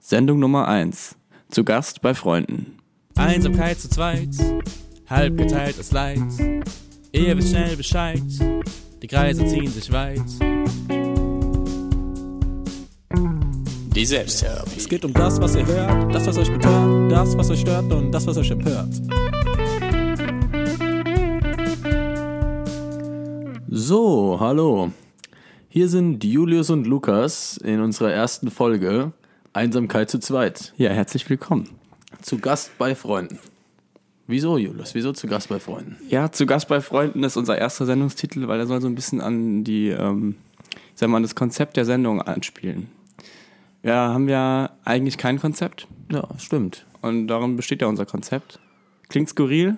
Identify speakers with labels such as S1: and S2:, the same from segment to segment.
S1: Sendung Nummer 1. Zu Gast bei Freunden.
S2: Einsamkeit zu zweit, halb geteiltes Leid. Ihr wisst schnell Bescheid, die Kreise ziehen sich weit.
S3: Die Selbsttherapie.
S2: Es geht um das, was ihr hört, das, was euch betört, das, was euch stört und das, was euch empört.
S1: So, hallo. Hier sind Julius und Lukas in unserer ersten Folge Einsamkeit zu zweit.
S4: Ja, herzlich willkommen.
S1: Zu Gast bei Freunden. Wieso, Julius? Wieso zu Gast bei Freunden?
S4: Ja, zu Gast bei Freunden ist unser erster Sendungstitel, weil er soll so ein bisschen an die, ähm, ich sag mal, das Konzept der Sendung anspielen. Wir haben ja eigentlich kein Konzept
S1: Ja, stimmt.
S4: und darin besteht ja unser Konzept. Klingt skurril,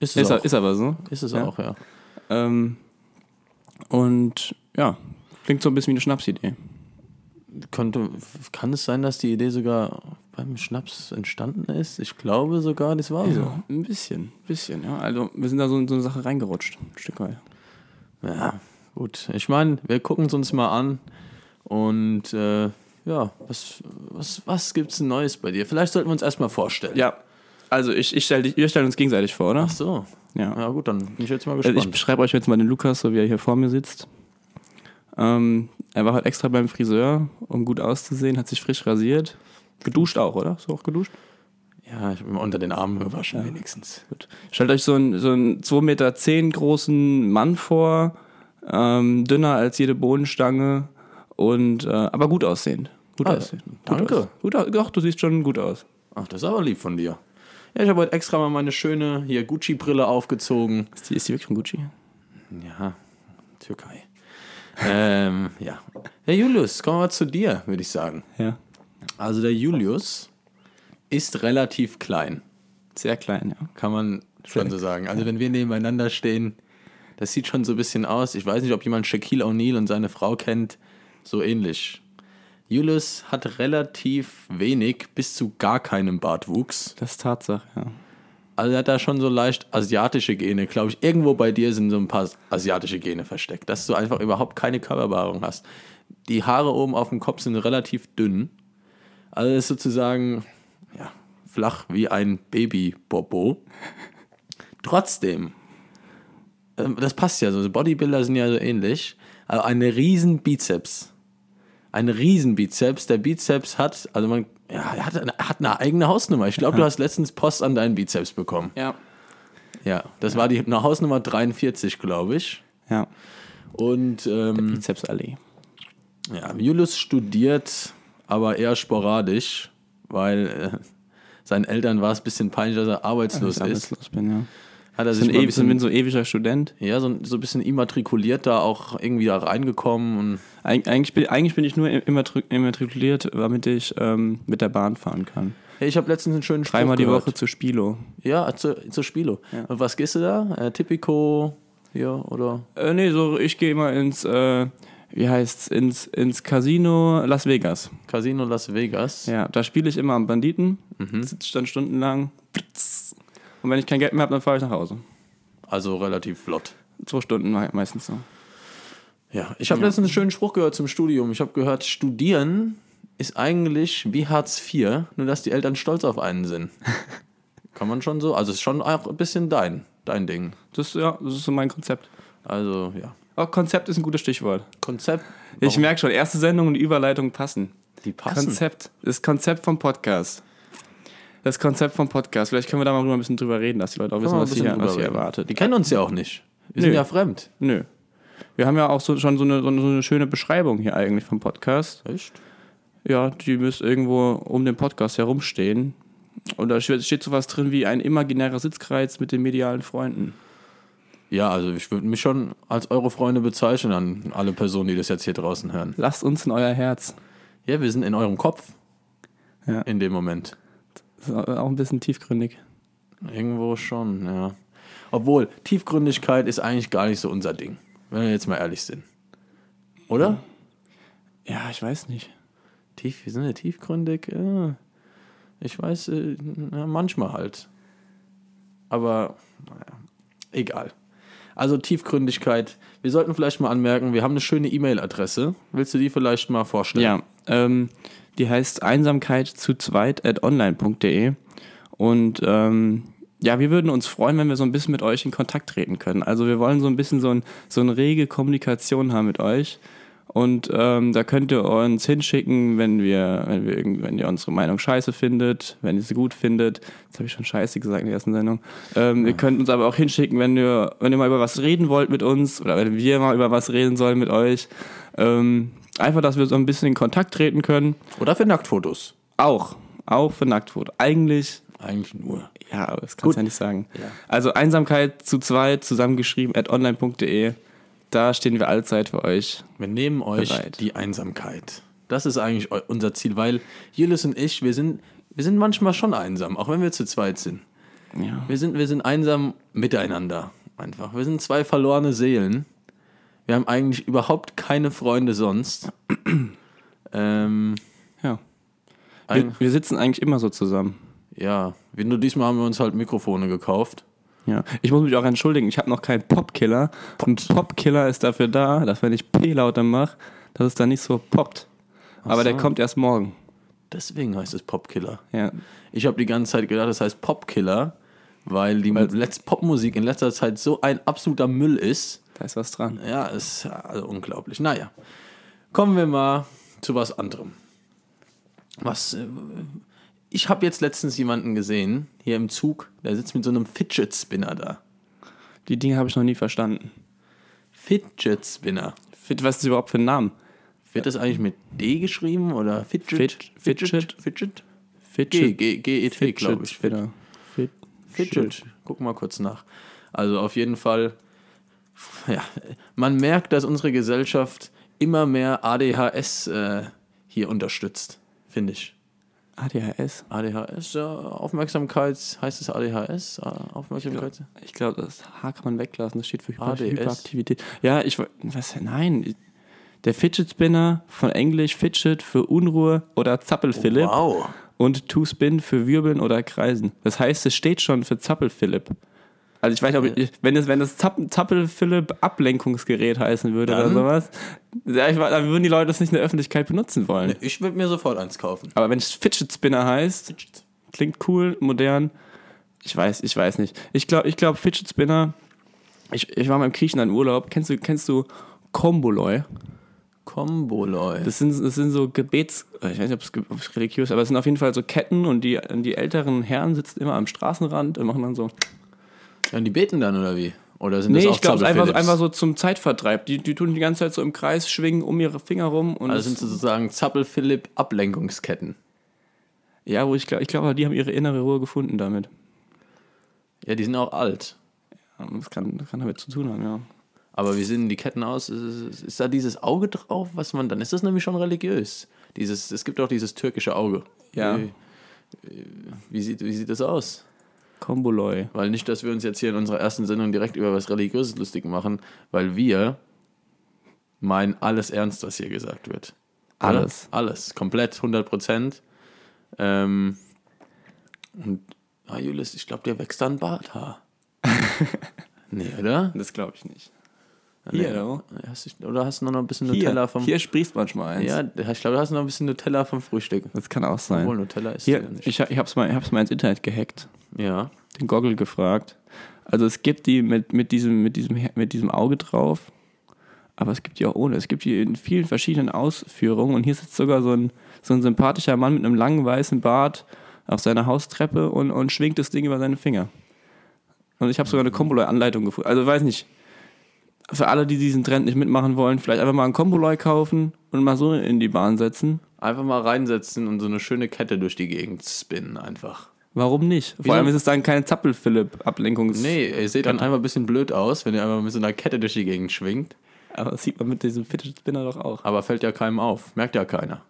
S1: Ist es
S4: ist,
S1: auch.
S4: ist aber so.
S1: Ist es
S4: ja.
S1: auch, ja.
S4: Ähm, und ja, klingt so ein bisschen wie eine Schnapsidee.
S1: Könnte, kann es sein, dass die Idee sogar beim Schnaps entstanden ist? Ich glaube sogar, das war so.
S4: Ja, Also, ein bisschen, bisschen, ja. Also wir sind da so in so eine Sache reingerutscht, ein Stück weit.
S1: Ja, gut. Ich meine, wir gucken es uns mal an. Und äh, ja, was, was, was gibt es Neues bei dir? Vielleicht sollten wir uns erstmal vorstellen.
S4: Ja, also ich, ich stell dich, wir stellen uns gegenseitig vor, oder?
S1: Ach so.
S4: Ja.
S1: Ja, gut, dann bin ich jetzt mal
S4: Also
S1: gespannt.
S4: ich beschreibe euch jetzt mal den Lukas, so wie er hier vor mir sitzt. Ähm, er war halt extra beim Friseur, um gut auszusehen, hat sich frisch rasiert. Geduscht auch, oder? Ist auch geduscht?
S1: ja, ich bin unter den Armen gewaschen wenigstens.
S4: Gut. Stellt euch so einen, so einen 2,10 Meter zehn großen Mann vor, ähm, dünner als jede Bohnenstange und äh, aber gut aussehend. Gut
S1: Ah,
S4: aussehend. Gut
S1: danke.
S4: Aus. Gut aus. Doch, du siehst schon gut aus.
S1: Ach, das ist aber lieb von dir. Ja, ich habe heute extra mal meine schöne hier Gucci-Brille aufgezogen.
S4: Ist die, ist die wirklich von Gucci?
S1: Ja, Türkei. ähm, ja. Herr Julius, kommen wir mal zu dir, würde ich sagen.
S4: Ja.
S1: Also der Julius ist relativ klein.
S4: Sehr klein, ja.
S1: Kann man schon so sagen. Also wenn wir nebeneinander stehen, das sieht schon so ein bisschen aus. Ich weiß nicht, ob jemand Shaquille O'Neal und seine Frau kennt. So ähnlich. Julius hat relativ wenig bis zu gar keinem Bartwuchs.
S4: Das ist Tatsache, ja.
S1: Also er hat da schon so leicht asiatische Gene, glaube ich. Irgendwo bei dir sind so ein paar asiatische Gene versteckt, dass du einfach überhaupt keine Körperbehaarung hast. Die Haare oben auf dem Kopf sind relativ dünn. Also ist sozusagen ja, flach wie ein Baby-Bobo. Trotzdem, ähm, das passt ja so. Bodybuilder sind ja so ähnlich. Also eine riesen Bizeps. Ein riesen Bizeps. Der Bizeps hat, also man, ja, er hat, eine- hat eine eigene Hausnummer. Ich glaube, du hast letztens Post an deinen Bizeps bekommen.
S4: Ja.
S1: Ja, das war die eine Hausnummer 43, glaube ich.
S4: Ja.
S1: Und ähm,
S4: Bizepsallee.
S1: ja, Julius studiert, aber eher sporadisch, weil äh, seinen Eltern war es ein bisschen peinlich, dass er arbeitslos
S4: Dass ich
S1: ist.
S4: arbeitslos bin, ja.
S1: Hat er
S4: Ich
S1: sich
S4: bin,
S1: mal ein
S4: ewig, ich bin
S1: bisschen,
S4: so eh ein ewiger Student.
S1: ja, so, ein- so ein bisschen immatrikuliert da auch irgendwie da reingekommen. Und,
S4: Eig eigentlich, bin, eigentlich bin ich nur immer immatrikuliert, damit ich ähm, mit der Bahn fahren kann.
S1: hey, ich habe letztens einen schönen Spruch
S4: Dreimal die
S1: gehört.
S4: Woche zu Spilo.
S1: Ja, zu, zu Spilo. Und was gehst du da? Äh, Tipico hier oder?
S4: Äh, nee, so ich gehe immer ins, äh, wie heißt's, ins, ins Casino Las Vegas.
S1: Casino Las Vegas.
S4: Ja, da spiele ich immer am Banditen,
S1: Mhm.
S4: sitze dann stundenlang. Und wenn ich kein Geld mehr habe, dann fahre ich nach Hause.
S1: Also relativ flott.
S4: Zwei Stunden me- meistens so.
S1: Ja, ich habe
S4: Genau.
S1: letztens einen schönen Spruch gehört zum Studium. Ich habe gehört, studieren ist eigentlich wie Hartz IV, nur dass die Eltern stolz auf einen sind. Kann man schon so, also ist schon auch ein bisschen dein, dein Ding.
S4: Das, ja, das ist so mein Konzept.
S1: Also ja,
S4: Oh, Konzept ist ein gutes Stichwort.
S1: Konzept,
S4: Ich merke schon, erste Sendung und die Überleitung passen.
S1: die passen.
S4: Konzept. Das Konzept vom Podcast. Das Konzept vom Podcast. Vielleicht können wir da mal drüber ein bisschen drüber reden, dass die Leute auch
S1: Kann
S4: wissen,
S1: man ein
S4: was
S1: bisschen
S4: hier,
S1: drüber
S4: was hier
S1: reden.
S4: erwartet.
S1: Die kennen uns ja auch nicht. Wir sind
S4: Nö.
S1: ja fremd.
S4: Nö. Wir haben ja auch so, schon so eine, so eine so eine schöne Beschreibung hier eigentlich vom Podcast.
S1: Echt?
S4: Ja, die müsste irgendwo um den Podcast herumstehen. Und da steht steht sowas drin wie ein imaginärer Sitzkreis mit den medialen Freunden.
S1: Ja, also ich würde mich schon als eure Freunde bezeichnen an alle Personen, die das jetzt hier draußen hören.
S4: Lasst uns in euer Herz.
S1: Ja, wir sind in eurem Kopf
S4: Ja.
S1: in dem Moment.
S4: Das ist auch ein bisschen tiefgründig.
S1: Irgendwo schon, ja. Obwohl, Tiefgründigkeit ist eigentlich gar nicht so unser Ding, wenn wir jetzt mal ehrlich sind. Oder?
S4: Ja, ich weiß nicht.
S1: Tief, wir sind ja tiefgründig. Ja. Ich weiß, äh, ja, manchmal halt. Aber, naja, egal. Also Tiefgründigkeit. Wir sollten vielleicht mal anmerken, wir haben eine schöne E-Mail-Adresse. Willst du die vielleicht mal vorstellen?
S4: Ja, ähm, die heißt Einsamkeit zu zweit at online.de. Und ähm, ja, wir würden uns freuen, wenn wir so ein bisschen mit euch in Kontakt treten können. Also wir wollen so ein bisschen so, ein, so eine rege Kommunikation haben mit euch. Und ähm, da könnt ihr uns hinschicken, wenn wir, wenn wir irgend, wenn ihr unsere Meinung scheiße findet, wenn ihr sie gut findet. Jetzt habe ich schon scheiße gesagt in der ersten Sendung. Ähm, Ihr könnt uns aber auch hinschicken, wenn ihr, wenn ihr mal über was reden wollt mit uns oder wenn wir mal über was reden sollen mit euch. Ähm, einfach, dass wir so ein bisschen in Kontakt treten können.
S1: Oder für Nacktfotos?
S4: Auch, auch für Nacktfoto. Eigentlich,
S1: Eigentlich nur.
S4: ja, aber das kannst du ja nicht sagen. Also Einsamkeit zu zweit zusammengeschrieben at online.de. Da stehen wir allzeit für euch.
S1: Wir nehmen euch
S4: Bereit.
S1: die Einsamkeit. Das ist eigentlich eu- unser Ziel, weil Julius und ich, wir sind, wir sind manchmal schon einsam, auch wenn wir zu zweit sind.
S4: Ja.
S1: Wir sind, wir sind einsam miteinander. Einfach. Wir sind zwei verlorene Seelen. Wir haben eigentlich überhaupt keine Freunde sonst. ähm,
S4: ja.
S1: ein,
S4: Wir, wir sitzen eigentlich immer so zusammen.
S1: ja, wir- nur diesmal haben wir uns halt Mikrofone gekauft.
S4: Ja. Ich muss mich auch entschuldigen, ich habe noch keinen Popkiller. Und Popkiller ist dafür da, dass wenn ich P lauter mache, dass es dann nicht so poppt. Aber der kommt erst morgen.
S1: Deswegen heißt es Popkiller.
S4: Ja.
S1: Ich habe die ganze Zeit gedacht, das heißt Popkiller, weil die Letz Popmusik in letzter Zeit so ein absoluter Müll ist.
S4: Da ist was dran.
S1: Ja, ist also unglaublich. Naja, kommen wir mal zu was anderem. Was, äh, ich habe jetzt letztens jemanden gesehen, hier im Zug, der sitzt mit so einem Fidget Spinner da.
S4: Die Dinge habe ich noch nie verstanden.
S1: Fidget Spinner.
S4: Fit, was ist überhaupt für ein Name?
S1: Wird das eigentlich mit D geschrieben oder Fidget?
S4: Fid- Fidget?
S1: Fidget? G,
S4: Fidget.
S1: G, G, E, T, glaube ich.
S4: Fidget. genau. Fit,
S1: Fidget. Guck mal kurz nach. Also auf jeden Fall, ja, man merkt, dass unsere Gesellschaft immer mehr ADHS äh, hier unterstützt, finde ich.
S4: ADHS.
S1: ADHS, äh, Aufmerksamkeits, heißt es ADHS? Äh, Aufmerksamkeits?
S4: Ich glaube, das H kann man weglassen. Das steht für Hyper-
S1: ADS.
S4: Hyperaktivität. Ja, ich wo- was? Nein. Der Fidget Spinner von Englisch Fidget für Unruhe oder Zappelphilipp
S1: Wow.
S4: und To Spin für Wirbeln oder Kreisen. Das heißt, es steht schon für Zappelphilipp. Also ich weiß nicht, ob ich, wenn das, wenn das Zapp- Zappelphilipp Ablenkungsgerät heißen würde
S1: Dann?
S4: oder sowas, ja, ich, weiß, dann würden die Leute das nicht in der Öffentlichkeit benutzen wollen.
S1: Ich würde mir sofort eins kaufen.
S4: Aber wenn es Fidget Spinner heißt, klingt cool, modern. Ich weiß, ich weiß nicht. Ich glaube, ich glaub, Fidget Spinner. Ich, ich war mal im Griechenland im Urlaub. Kennst du, kennst du Komboloi?
S1: Combo, Leute.
S4: Das sind, das sind so Gebets, ich weiß nicht, ob es ge- ob es religiös ist, aber es sind auf jeden Fall so Ketten und die, die älteren Herren sitzen immer am Straßenrand und machen dann so.
S1: Ja, und die beten dann, oder wie? Oder sind
S4: Nee,
S1: das auch
S4: ich glaube, es ist einfach, so-
S1: Zappel-Philipps?
S4: einfach so zum Zeitvertreib. Die, die tun die ganze Zeit so im Kreis, schwingen um ihre Finger rum und.
S1: Also sind sozusagen Zappel-Philipp-Ablenkungsketten.
S4: ja, wo ich glaube, ich glaub, die haben ihre innere Ruhe gefunden damit.
S1: Ja, die sind auch alt.
S4: Das kann, das kann damit zu tun haben, ja.
S1: Aber wie sehen die Ketten aus? Ist, ist, ist da dieses Auge drauf, was man dann ist das nämlich schon religiös. Dieses, es gibt auch dieses türkische Auge.
S4: Ja.
S1: Wie, wie, sieht, wie sieht das aus?
S4: Komboloi.
S1: Weil nicht, dass wir uns jetzt hier in unserer ersten Sendung direkt über was Religiöses lustig machen, weil wir meinen alles ernst, was hier gesagt wird. Oder?
S4: Alles.
S1: Alles. Komplett, 100 Prozent. Ähm, und, ah, Julis, ich glaube, dir wächst da ein Barthaar. nee, oder?
S4: Das glaube ich nicht.
S1: nee.
S4: Hier, oh.
S1: Hast du, oder hast du noch ein bisschen Nutella
S4: hier,
S1: vom.
S4: hier sprichst manchmal eins.
S1: Ja, ich glaube, da hast du noch ein bisschen Nutella vom Frühstück.
S4: Das kann auch
S1: Obwohl,
S4: sein.
S1: Nutella ist ja
S4: Hier,
S1: nicht.
S4: ich, ha- ich habe es mal, ich hab's mal ins Internet gehackt,
S1: Ja.
S4: den Goggle gefragt. Also es gibt die mit, mit, diesem, mit, diesem, Her- mit diesem Auge drauf, aber es gibt die auch ohne. Es gibt die in vielen verschiedenen Ausführungen und hier sitzt sogar so ein, so ein sympathischer Mann mit einem langen weißen Bart auf seiner Haustreppe und, und schwingt das Ding über seine Finger. Und ich habe sogar eine
S1: Mhm.
S4: Komboloi-Anleitung gefunden. Also weiß nicht, für alle, die diesen Trend nicht mitmachen wollen, vielleicht einfach mal einen Komboloi kaufen und mal so in die Bahn setzen.
S1: Einfach mal reinsetzen und so eine schöne Kette durch die Gegend spinnen einfach.
S4: Warum nicht? Vor
S1: Wieso?
S4: allem ist es dann keine Zappel-Philipp-Ablenkung.
S1: Nee, ihr seht dann einmal ein bisschen blöd aus, wenn ihr einmal mit so einer Kette durch die Gegend schwingt.
S4: Aber das sieht man mit diesem Fidget Spinner doch auch.
S1: Aber fällt ja keinem auf. Merkt ja keiner.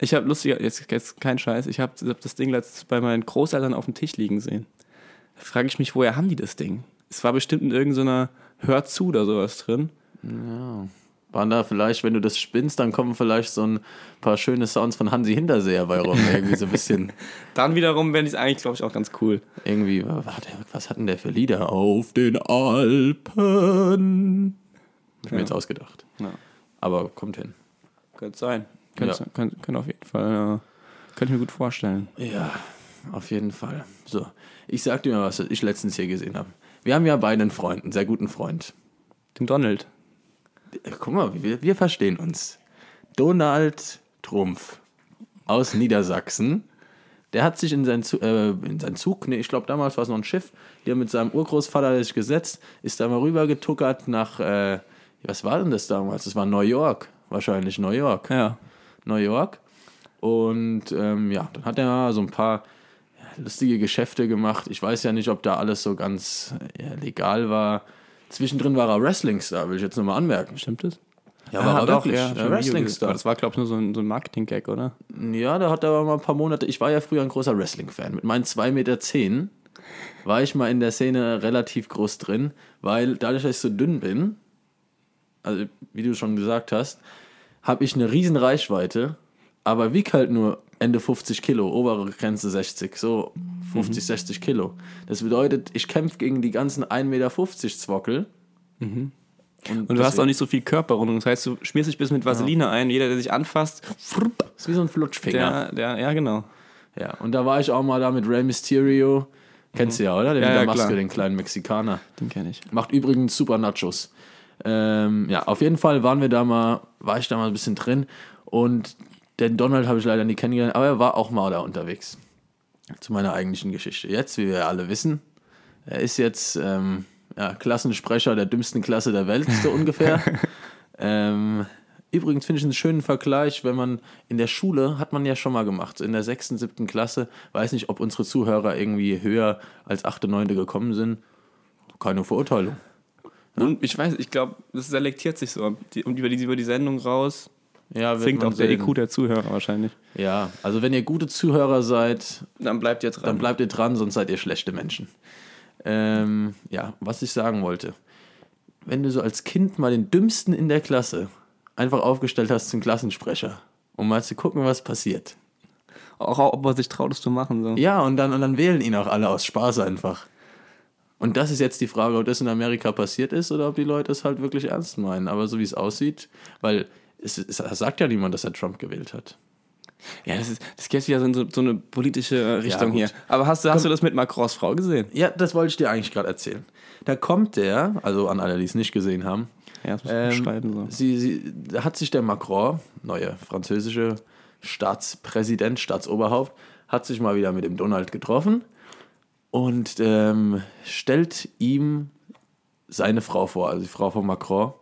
S4: Ich habe lustiger, jetzt, jetzt kein Scheiß, ich habe hab das Ding letztens bei meinen Großeltern auf dem Tisch liegen sehen. Da frage ich mich, woher haben die das Ding? Es war bestimmt in irgendeiner Hör zu oder sowas drin.
S1: Waren da vielleicht, wenn du das spinnst, dann kommen vielleicht so ein paar schöne Sounds von Hansi Hinterseher bei rum. Irgendwie so ein bisschen.
S4: Dann wiederum fände ich es eigentlich, glaube ich, auch ganz cool.
S1: Irgendwie, äh, warte, was hat denn der für Lieder? Auf den Alpen. Hab ich mir jetzt ausgedacht.
S4: Ja.
S1: Aber kommt hin.
S4: Könnte sein. Könnte, könnte, könnte auf jeden Fall. Äh, könnte ich mir gut vorstellen.
S1: Ja, auf jeden Fall. So, ich sag dir mal, was ich letztens hier gesehen habe. Wir haben ja beide einen Freund, einen sehr guten Freund.
S4: Dem Donald.
S1: Äh, Guck mal, wir, wir verstehen uns. Donald Trumpf aus Niedersachsen. Der hat sich in seinen, Zu äh, in seinen Zug, nee, ich glaube damals war es noch ein Schiff, hier mit seinem Urgroßvater hat er sich gesetzt, ist da mal rübergetuckert nach, äh, was war denn das damals? Das war New York, wahrscheinlich New York.
S4: Ja.
S1: New York. Und ähm, ja, dann hat er mal so ein paar lustige Geschäfte gemacht. Ich weiß ja nicht, ob da alles so ganz äh, legal war. Zwischendrin war er Wrestling-Star, will ich jetzt nochmal anmerken.
S4: Stimmt es?
S1: Ja, äh,
S4: Ah, doch, ja. schon
S1: ja,
S4: ein Video gesehen.
S1: Wrestling-Star.
S4: Das war, glaube ich, nur so ein, so ein Marketing-Gag, oder?
S1: Ja, da hat er aber mal ein paar Monate. Ich war ja früher ein großer Wrestling-Fan. Mit meinen 2,10 Meter zehn war ich mal in der Szene relativ groß drin, weil dadurch, dass ich so dünn bin, also wie du schon gesagt hast, habe ich eine riesen Reichweite, aber wieg halt nur Ende 50 Kilo, obere Grenze 60, so
S4: Mhm.
S1: 50, 60 Kilo. Das bedeutet, ich kämpfe gegen die ganzen 1,50 Meter Zwockel.
S4: Mhm. Und du hast auch nicht so viel Körperrundung. Das heißt, du schmierst dich bis mit Vaseline ein. Jeder, der sich anfasst, frupp,
S1: Das ist wie so ein Flutschfinger.
S4: der, der, ja, genau.
S1: Ja, und da war ich auch mal da mit Rey Mysterio. Kennst du ja, oder? Den
S4: Ja,
S1: mit der
S4: ja,
S1: Maske,
S4: klar.
S1: den kleinen Mexikaner.
S4: Den kenne ich.
S1: Macht übrigens super Nachos. Ähm, ja, auf jeden Fall waren wir da mal, war ich da mal ein bisschen drin. Und den Donald habe ich leider nie kennengelernt, aber er war auch mal da unterwegs. Zu meiner eigentlichen Geschichte. Jetzt, wie wir ja alle wissen, er ist jetzt ähm, ja, Klassensprecher der dümmsten Klasse der Welt, so ungefähr. ähm, übrigens finde ich einen schönen Vergleich, wenn man in der Schule, hat man ja schon mal gemacht, so in der sechsten, siebten Klasse, weiß nicht, ob unsere Zuhörer irgendwie höher als achte, neunte gekommen sind. Keine Verurteilung.
S4: Und ich weiß, ich glaube, das selektiert sich so. Die, und über die, über die Sendung raus
S1: Ja, wird
S4: sinkt
S1: man
S4: auch der E
S1: sehen.
S4: EQ der Zuhörer wahrscheinlich.
S1: Ja, also wenn ihr gute Zuhörer seid,
S4: Dann bleibt ihr dran.
S1: dann bleibt ihr dran, sonst seid ihr schlechte Menschen. Ähm, ja, was ich sagen wollte. Wenn du so als Kind mal den Dümmsten in der Klasse einfach aufgestellt hast zum Klassensprecher, um mal zu gucken, was passiert.
S4: auch, ob er sich traut, es zu machen. So.
S1: Ja, und dann, und dann wählen ihn auch alle aus Spaß einfach. Und das ist jetzt die Frage, ob das in Amerika passiert ist oder ob die Leute es halt wirklich ernst meinen. Aber so wie es aussieht, weil es, es sagt ja niemand, dass er Trump gewählt hat.
S4: Ja, das, ist, das geht wieder so in so, so eine politische äh, Richtung
S1: gut.
S4: hier. Aber hast, du- hast du das mit Macrons Frau gesehen?
S1: Ja, das wollte ich dir eigentlich gerade erzählen. Da kommt der, also an alle, die es nicht gesehen haben.
S4: Ja, das muss man beschreiben,
S1: Ähm,
S4: so.
S1: sie, sie, da hat sich der Macron, neue französische Staatspräsident, Staatsoberhaupt, hat sich mal wieder mit dem Donald getroffen und ähm, stellt ihm seine Frau vor, also die Frau von Macron.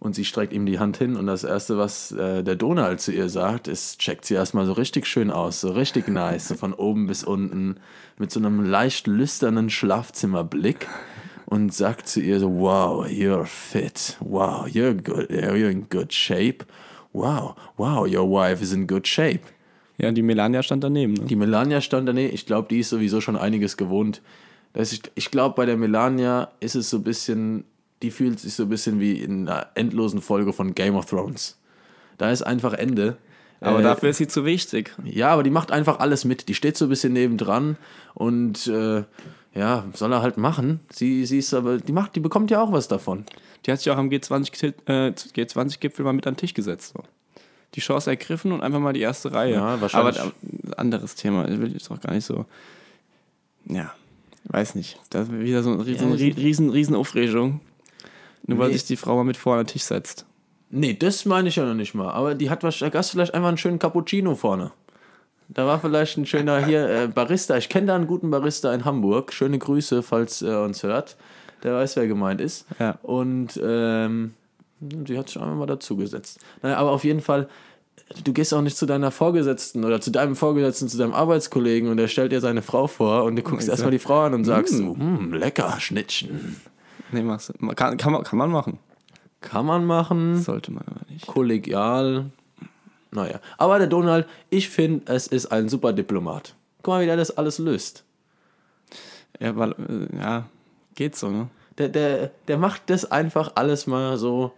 S1: Und sie streckt ihm die Hand hin und das Erste, was äh, der Donald zu ihr sagt, ist, checkt sie erstmal so richtig schön aus, so richtig nice, so von oben bis unten, mit so einem leicht lüsternen Schlafzimmerblick und sagt zu ihr so, wow, you're fit, wow, you're, good, you're in good shape, wow, wow, your wife is in good shape.
S4: Ja, die Melania stand daneben. Ne?
S1: Die Melania stand daneben. Ich glaube, die ist sowieso schon einiges gewohnt. Das ist, ich glaube, bei der Melania ist es so ein bisschen, die fühlt sich so ein bisschen wie in einer endlosen Folge von Game of Thrones. Da ist einfach Ende.
S4: Aber
S1: Äh,
S4: dafür ist sie zu wichtig.
S1: Ja, aber die macht einfach alles mit. Die steht so ein bisschen nebendran und äh, ja, soll er halt machen. Sie, sie ist aber, die macht, die bekommt ja auch was davon.
S4: Die hat sich auch am G20-Gipfel äh, G20 mal mit an den Tisch gesetzt. So. Die Chance ergriffen und einfach mal die erste Reihe.
S1: Ja, wahrscheinlich.
S4: Aber da, anderes Thema, ich will jetzt auch gar nicht so. Ja, weiß nicht. Da ist wieder so eine riesen,
S1: Ja,
S4: riesen, riesen Aufregung. Nur weil
S1: Nee.
S4: sich die Frau mal mit vor an den Tisch setzt.
S1: Nee, das meine ich ja noch nicht mal. Aber die hat wahrscheinlich, da gab's vielleicht einfach einen schönen Cappuccino vorne. Da war vielleicht ein schöner hier äh, Barista. Ich kenne da einen guten Barista in Hamburg. Schöne Grüße, falls er uns hört. Der weiß, wer gemeint ist.
S4: Ja.
S1: Und ähm, die hat sich einfach mal dazugesetzt. Naja, aber auf jeden Fall, du gehst auch nicht zu deiner Vorgesetzten oder zu deinem Vorgesetzten, zu deinem Arbeitskollegen und der stellt dir seine Frau vor und du guckst
S4: Ich
S1: erstmal die Frau an und sagst, so, "Hm, lecker, Schnittchen.
S4: Nee, machst du. Man Kann, kann, man, kann man machen.
S1: Kann man machen.
S4: Sollte man aber nicht.
S1: kollegial. Naja. Aber der Donald, ich finde, es ist ein super Diplomat. Guck mal, wie der das alles löst.
S4: Ja, weil, äh, ja geht so, ne?
S1: Der, der, der macht das einfach alles mal so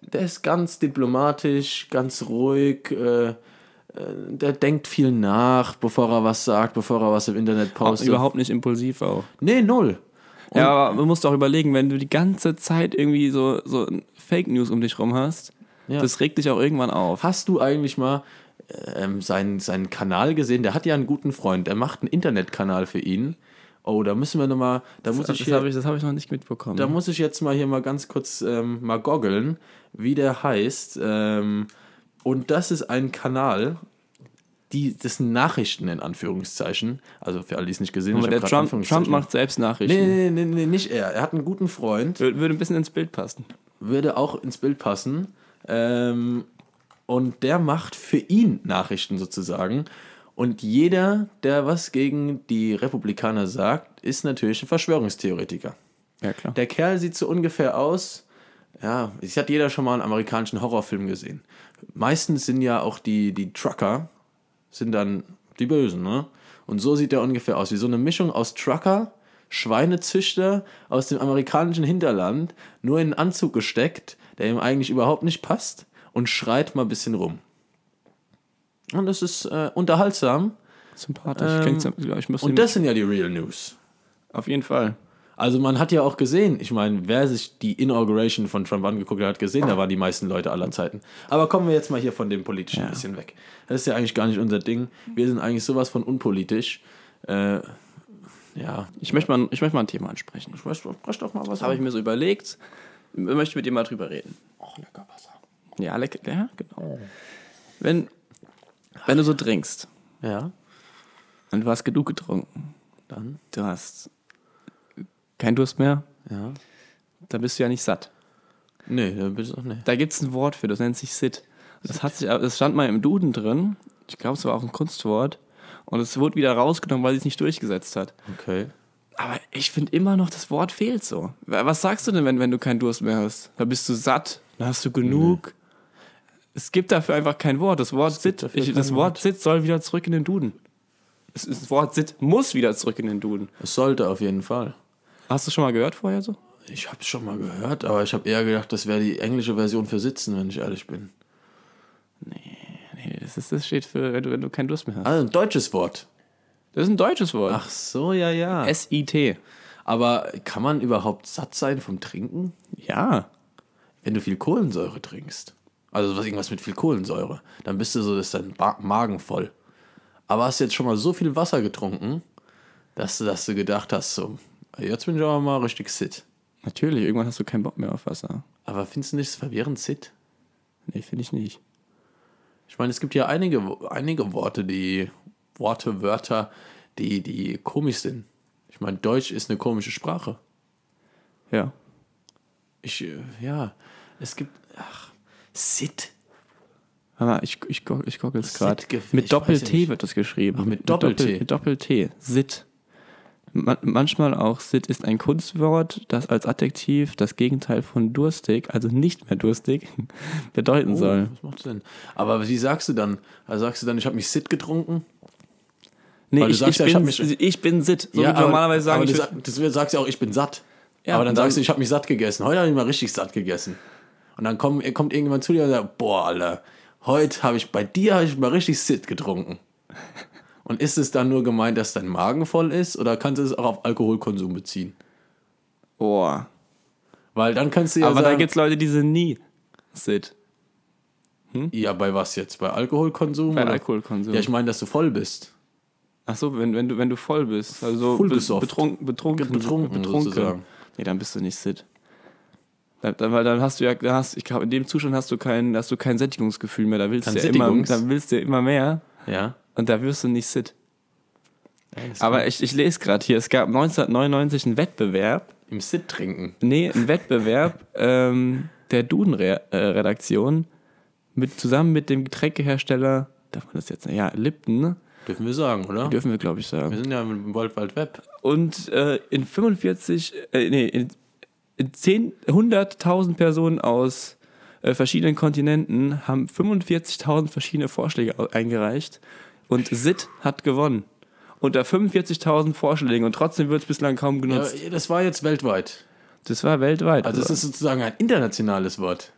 S1: der ist ganz diplomatisch, ganz ruhig. Äh, äh, der denkt viel nach, bevor er was sagt, bevor er was im Internet postet.
S4: Ah, Überhaupt nicht impulsiv auch.
S1: Nee, null.
S4: ja, aber man muss doch überlegen, wenn du die ganze Zeit irgendwie so, so Fake News um dich rum hast,
S1: Ja.
S4: das regt dich auch irgendwann auf.
S1: Hast du eigentlich mal ähm, seinen, seinen Kanal gesehen? Der hat ja einen guten Freund. Der macht einen Internetkanal für ihn. Oh, da müssen wir nochmal. Da muss
S4: Das,
S1: ich
S4: das habe
S1: hier,
S4: ich, das hab ich noch nicht mitbekommen.
S1: da muss ich jetzt mal hier mal ganz kurz ähm, mal goggeln, wie der heißt. Ähm, und das ist ein Kanal, die das sind Nachrichten in Anführungszeichen. Also für alle, die es nicht gesehen haben.
S4: aber der
S1: ich hab
S4: Trump,
S1: grad
S4: Trump ne?
S1: Anführungszeichen-
S4: macht selbst Nachrichten.
S1: Nee, nee, nee, nee, nicht er. Er hat einen guten Freund.
S4: Wür- Würde ein bisschen ins Bild passen.
S1: würde auch ins Bild passen. Ähm, und der macht für ihn Nachrichten sozusagen. Und jeder, der was gegen die Republikaner sagt, ist natürlich ein Verschwörungstheoretiker.
S4: Ja, klar.
S1: Der Kerl sieht so ungefähr aus. Ja, es hat jeder schon mal einen amerikanischen Horrorfilm gesehen. Meistens sind ja auch die, die Trucker, sind dann die Bösen, ne? Und so sieht er ungefähr aus, wie so eine Mischung aus Trucker, Schweinezüchter aus dem amerikanischen Hinterland, nur in einen Anzug gesteckt, der ihm eigentlich überhaupt nicht passt und schreit mal ein bisschen rum. Und das ist äh, unterhaltsam.
S4: Sympathisch.
S1: Ähm,
S4: Klingt, so- ich muss
S1: Und
S4: ihn-
S1: das sind ja die Real News.
S4: auf jeden Fall.
S1: Also man hat ja auch gesehen, ich meine, wer sich die Inauguration von Trump angeguckt hat, hat gesehen, da waren die meisten Leute aller Zeiten. Aber kommen wir jetzt mal hier von dem Politischen ein bisschen weg. Das ist ja eigentlich gar nicht unser Ding. Wir sind eigentlich sowas von unpolitisch. Äh, ja,
S4: Ich möchte, mal, ich möchte mal ein Thema ansprechen.
S1: ich weiß, brauch doch mal was.
S4: Habe ich mir so überlegt. Ich möchte mit dir mal drüber reden. Och, lecker Wasser. Ja, lecker. Ja, genau. Wenn, wenn du so trinkst
S1: Ja,
S4: und du hast genug getrunken,
S1: dann,
S4: du hast keinen Durst mehr,
S1: ja.
S4: dann bist du ja nicht satt.
S1: Nee, da bist du, nee.
S4: Da gibt es ein Wort für, das nennt sich Sit. Das, hat sich, das stand mal im Duden drin. Ich glaube, es war auch ein Kunstwort. Und es wurde wieder rausgenommen, weil sie es nicht durchgesetzt hat.
S1: Okay.
S4: Aber ich finde immer noch, das Wort fehlt so. Wa- Was sagst du denn, wenn, wenn du keinen Durst mehr hast? Da bist du satt, dann hast du genug.
S1: Mhm.
S4: Es gibt dafür einfach kein Wort. Das Wort Sit,
S1: dafür
S4: ich,
S1: kein
S4: das Wort Sit soll wieder zurück in den Duden. Es ist, das Wort Sit muss wieder zurück in den Duden.
S1: Es sollte auf jeden Fall.
S4: Hast du schon mal gehört vorher so?
S1: Ich habe es schon mal gehört, aber ich habe eher gedacht, das wäre die englische Version für Sitzen, wenn ich ehrlich bin.
S4: Nee, das, ist, das steht für, wenn du, wenn du keinen Durst mehr hast.
S1: Also ein deutsches Wort.
S4: Das ist ein deutsches Wort.
S1: Ach so, ja, ja.
S4: S-I-T.
S1: Aber kann man überhaupt satt sein vom Trinken?
S4: Ja.
S1: wenn du viel Kohlensäure trinkst, also was irgendwas mit viel Kohlensäure, dann bist du so, dass dein ba Magen voll. Aber hast jetzt schon mal so viel Wasser getrunken, dass du, dass du gedacht hast, so, jetzt bin ich aber mal richtig sit.
S4: Natürlich, irgendwann hast du keinen Bock mehr auf Wasser.
S1: Aber findest du nicht das verwirrend sit?
S4: Nee, finde ich nicht.
S1: Ich meine, es gibt ja einige, einige Worte, die Worte, Wörter, die, die komisch sind. Ich meine, Deutsch ist eine komische Sprache.
S4: Ja.
S1: Ich, äh, ja, es gibt, ach, sit.
S4: Hör mal, ich, ich, go- ich google es
S1: Sit
S4: gerade.
S1: ge- ich
S4: Mit
S1: weiß
S4: Doppel-T
S1: nicht.
S4: wird das geschrieben.
S1: Ach, mit Doppel-T.
S4: Doppel- Mit Doppel-T. Sit. Man, manchmal auch Sit ist ein Kunstwort, das als Adjektiv das Gegenteil von durstig, also nicht mehr durstig,
S1: Oh.
S4: bedeuten soll.
S1: Uh, Was macht Sinn? Aber wie sagst du dann? Also sagst du dann, ich habe mich sit getrunken?
S4: Nee,
S1: Weil du
S4: ich,
S1: sagst
S4: ich,
S1: ja, ich
S4: bin,
S1: hab mich-
S4: ich bin Sit. So würde ich
S1: aber-
S4: normalerweise sagen,
S1: aber
S4: ich
S1: du,
S4: bin-
S1: sag, du sagst ja auch, ich bin satt.
S4: Ja,
S1: aber dann,
S4: dann-
S1: sagst du, ich habe mich satt gegessen. Heute habe ich mal richtig satt gegessen. Und dann komm, kommt irgendjemand zu dir und sagt, boah, Alter, heute habe ich bei dir habe ich mal richtig Sit getrunken. Und ist es dann nur gemeint, dass dein Magen voll ist oder kannst du es auch auf Alkoholkonsum beziehen?
S4: Boah.
S1: Weil dann kannst du ja
S4: Oh. Aber da
S1: sagen,
S4: gibt es Leute, die sind nie Sit.
S1: ja, bei was jetzt? Bei Alkoholkonsum?
S4: Bei
S1: oder?
S4: Alkoholkonsum.
S1: Ja, ich meine, dass du voll bist.
S4: Ach so, wenn, wenn, du, wenn du voll bist, also
S1: Full
S4: be-
S1: besoffen.
S4: betrunken, betrunken,
S1: Betrunken sozusagen.
S4: Nee, dann bist du nicht sit. Da, da, weil dann hast du ja, da hast, ich glaube, in dem Zustand hast du kein, hast du kein Sättigungsgefühl mehr. Da willst
S1: Kein
S4: du ja immer,
S1: Sättigungs-
S4: dann willst du ja immer mehr
S1: Ja.
S4: und da wirst du nicht sit. Aber ich, ich lese gerade hier, es gab 1999 einen Wettbewerb,
S1: Im Sit trinken.
S4: nee, einen Wettbewerb ähm, der Duden-Redaktion mit, zusammen mit dem Getränkehersteller, darf man das jetzt, ja, Lipton, ne?
S1: Dürfen wir sagen, oder?
S4: dürfen wir glaube ich sagen.
S1: Wir sind ja im World Wide Web.
S4: und äh, in 45, äh, nee, in, in 10, 100.000 Personen aus äh, verschiedenen Kontinenten haben 45.0au- verschiedene Vorschläge au- eingereicht und SIT hat gewonnen. Unter 45.000 Vorschlägen und trotzdem wird es bislang kaum
S1: Ja,
S4: genutzt.
S1: das war jetzt weltweit.
S4: das war weltweit.
S1: Also es ist sozusagen ein internationales Wort.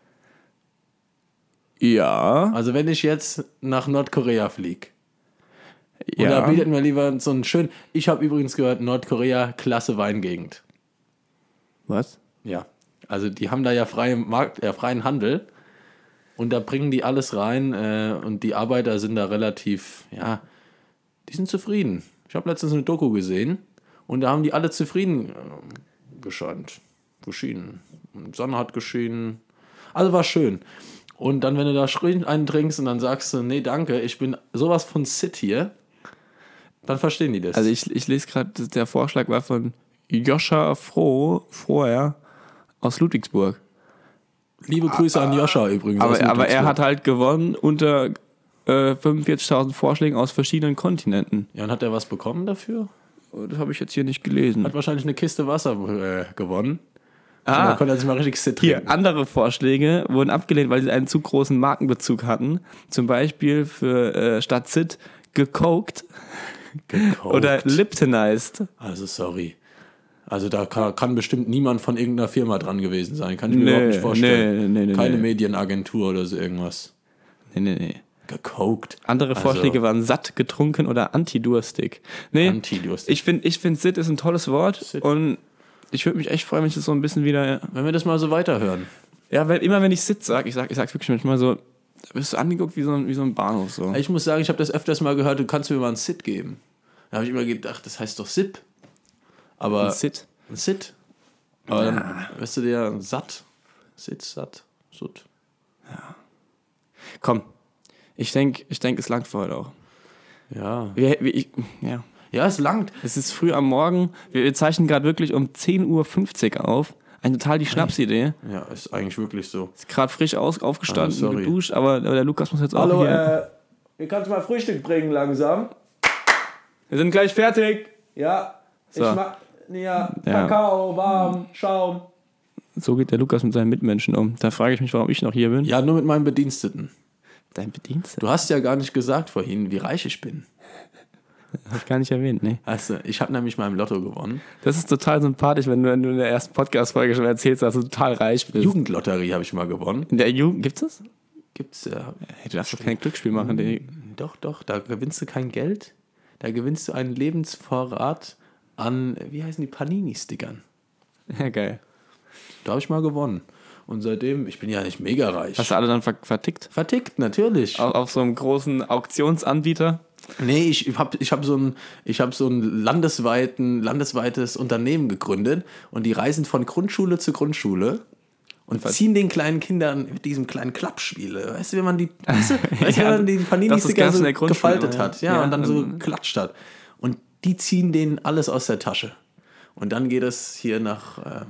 S4: Ja.
S1: Also wenn ich jetzt nach Nordkorea fliege,
S4: ja.
S1: oder bietet mir lieber so einen schönen. Ich habe übrigens gehört, Nordkorea, klasse Weingegend.
S4: Was?
S1: Ja. Also die haben da ja freien Markt, äh, freien Handel und da bringen die alles rein äh, und die Arbeiter sind da relativ, ja, die sind zufrieden. Ich habe letztens eine Doku gesehen und da haben die alle zufrieden äh, gescheint, geschienen. Und Sonne hat geschienen. Also war schön. Und dann, wenn du da schrie- einen trinkst und dann sagst du, nee, danke, ich bin sowas von sit hier, dann verstehen die das.
S4: Also ich, ich lese gerade, der Vorschlag war von Joscha Froh, Froher aus Ludwigsburg.
S1: Liebe Grüße an Joscha übrigens. aus
S4: Aber, aber er
S1: Ludwigsburg.
S4: hat halt gewonnen unter äh, 45.000 Vorschlägen aus verschiedenen Kontinenten.
S1: Ja, und hat er was bekommen dafür?
S4: Oh, Das habe ich jetzt hier nicht gelesen.
S1: Hat wahrscheinlich eine Kiste Wasser äh, gewonnen. Und
S4: Ah,
S1: dann konnte er sich mal richtig sit
S4: hier,
S1: trinken.
S4: andere Vorschläge wurden abgelehnt, weil sie einen zu großen Markenbezug hatten. Zum Beispiel für äh, statt Sit gekoked
S1: Gekauft.
S4: oder Liptonized.
S1: Also sorry. Also da kann, kann bestimmt niemand von irgendeiner Firma dran gewesen sein. Kann ich mir
S4: Nee,
S1: überhaupt nicht vorstellen.
S4: nee, nee, nee,
S1: Keine
S4: nee.
S1: Medienagentur oder so irgendwas.
S4: Nee, nee, nee.
S1: Gekokt.
S4: Andere
S1: Also,
S4: Vorschläge waren satt, getrunken oder antidurstig. Nee,
S1: Antidurstig.
S4: ich finde, ich find, Sit ist ein tolles Wort und ich würde mich echt freuen, wenn ich das so ein bisschen wieder.
S1: Wenn wir das mal so weiterhören.
S4: Ja, weil immer wenn ich Sit sage, ich sage ich sag's wirklich manchmal so, da wirst du angeguckt wie so ein, wie so ein Bahnhof. So.
S1: Ich muss sagen, ich habe das öfters mal gehört, du kannst mir mal ein Sit geben. Da habe ich immer gedacht, das heißt doch Sip. Aber
S4: Ein Sit. Ah.
S1: ein Sit. Aber dann wirst du dir satt. Sit, satt, sut.
S4: Komm, ich denke, ich denk, es langt für heute auch.
S1: Ja.
S4: Wir, wir, ich, ja.
S1: Ja, es langt.
S4: Es ist früh am Morgen, wir, wir zeichnen gerade wirklich um 10.50 Uhr auf. Eine total die Schnapsidee.
S1: Ja, ist eigentlich wirklich so.
S4: Ist gerade frisch aus,
S1: Ah,
S4: aufgestanden,
S1: sorry.
S4: geduscht, aber, aber der Lukas muss jetzt auch
S1: Hallo,
S4: hier.
S1: äh, ihr könnt mal Frühstück bringen langsam.
S4: wir sind gleich fertig.
S1: Ja,
S4: So.
S1: ich mach. Ja,
S4: Ja.
S1: Kakao, warm, Schaum.
S4: So geht der Lukas mit seinen Mitmenschen um. Da frage ich mich, warum ich noch hier bin.
S1: Ja, nur mit meinem Bediensteten.
S4: Dein Bediensteter?
S1: Du hast ja gar nicht gesagt vorhin, wie reich ich bin.
S4: Hab ich gar nicht erwähnt, nee.
S1: Weißt du, ich habe nämlich mal im Lotto gewonnen.
S4: Das ist total sympathisch, wenn du, wenn du in der ersten Podcast-Folge schon erzählst, dass du total reich bist.
S1: Jugendlotterie habe ich mal gewonnen.
S4: In der Jugend, gibt's das? Hm.
S1: Gibt's ja.
S4: Hey, du darfst doch kein Glücksspiel machen, Digga.
S1: Doch, doch, da gewinnst du kein Geld. Da gewinnst du einen Lebensvorrat an, wie heißen die, Panini-Stickern.
S4: Ja, geil.
S1: Da habe ich mal gewonnen. Und seitdem, ich bin ja nicht mega reich.
S4: Hast du alle dann ver vertickt?
S1: Vertickt, natürlich.
S4: Auf, auf so einem großen Auktionsanbieter?
S1: Nee, ich habe ich hab so ein, ich hab so ein landesweiten, landesweites Unternehmen gegründet und die reisen von Grundschule zu Grundschule und ziehen den kleinen Kindern mit diesem kleinen Klappspiele. Weißt du, wenn man die, weißt du, weißt du, wenn
S4: Ja,
S1: man die
S4: das ist
S1: Panini-Sticker
S4: ganz in
S1: so
S4: der Grundschule,
S1: gefaltet
S4: ja.
S1: hat ja,
S4: Ja, ähm.
S1: und dann so
S4: dann-
S1: klatscht hat. Und die ziehen denen alles aus der Tasche. Und dann geht es hier nach, äh,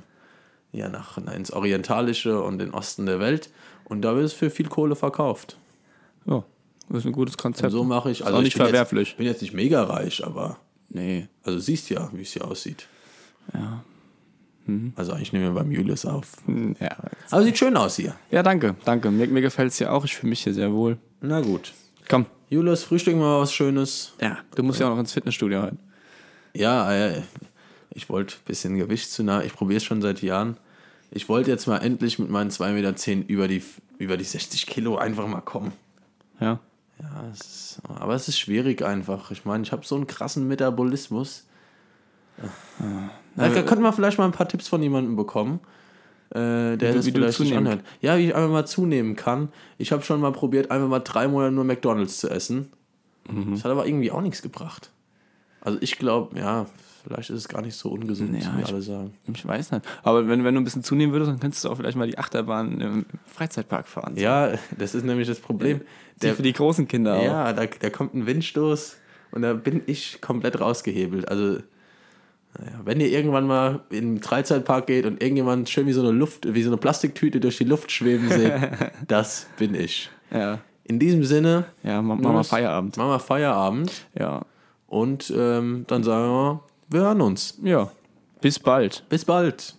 S1: ja, nach, na, ins Orientalische und den Osten der Welt und da wird es für viel Kohle verkauft.
S4: Ja, Oh, das ist ein gutes Konzept.
S1: So mache ich.
S4: Ist auch nicht
S1: ich bin
S4: verwerflich.
S1: Jetzt, bin jetzt nicht mega reich, aber
S4: Nee.
S1: also siehst ja, wie es hier aussieht. Ja.
S4: Mhm.
S1: Also eigentlich nehmen wir beim Julius auf.
S4: Hm, Ja,
S1: Aber sieht schön aus hier.
S4: ja danke, danke. Mir, mir gefällt's hier auch. Ich fühle mich hier sehr wohl.
S1: Na gut.
S4: Komm.
S1: Julius, frühstücken wir mal was Schönes.
S4: Ja. Du musst ja auch noch ins Fitnessstudio heute.
S1: Ja, äh, ich wollte ein bisschen Gewicht zu nah. Ich probiere es schon seit Jahren. Ich wollte jetzt mal endlich mit meinen 2,10 Meter über die, über die 60 Kilo einfach mal kommen.
S4: Ja.
S1: Ja, es ist, aber es ist schwierig einfach. Ich meine, ich habe so einen krassen Metabolismus. Da könnten wir vielleicht mal ein paar Tipps von jemandem bekommen, äh, der
S4: du-
S1: das
S4: wie du
S1: vielleicht nicht
S4: zunehmen-
S1: anhört. Ja, wie ich einfach mal zunehmen kann. Ich habe schon mal probiert, einfach mal drei Monate nur McDonalds zu essen.
S4: Mhm.
S1: Das hat aber irgendwie auch nichts gebracht. Also ich glaube, ja, vielleicht ist es gar nicht so ungesund,
S4: Ja,
S1: wie
S4: ich-
S1: alle sagen.
S4: Ich weiß nicht. Aber wenn, wenn du ein bisschen zunehmen würdest, dann könntest du auch vielleicht mal die Achterbahn im Freizeitpark fahren.
S1: Ja, das ist nämlich das Problem.
S4: Äh, die für die großen Kinder auch.
S1: Ja, da, da kommt ein Windstoß und da bin ich komplett rausgehebelt. Also, naja, wenn ihr irgendwann mal in einen Freizeitpark geht und irgendjemand schön wie so eine Luft, wie so eine Plastiktüte durch die Luft schweben seht, das bin ich.
S4: Ja,
S1: In diesem Sinne,
S4: ja ma- mach mal
S1: Jonas,
S4: Feierabend.
S1: machen wir Feierabend
S4: Ja.
S1: und ähm, dann sagen wir, mal, wir hören uns.
S4: Ja. Bis bald.
S1: Bis bald.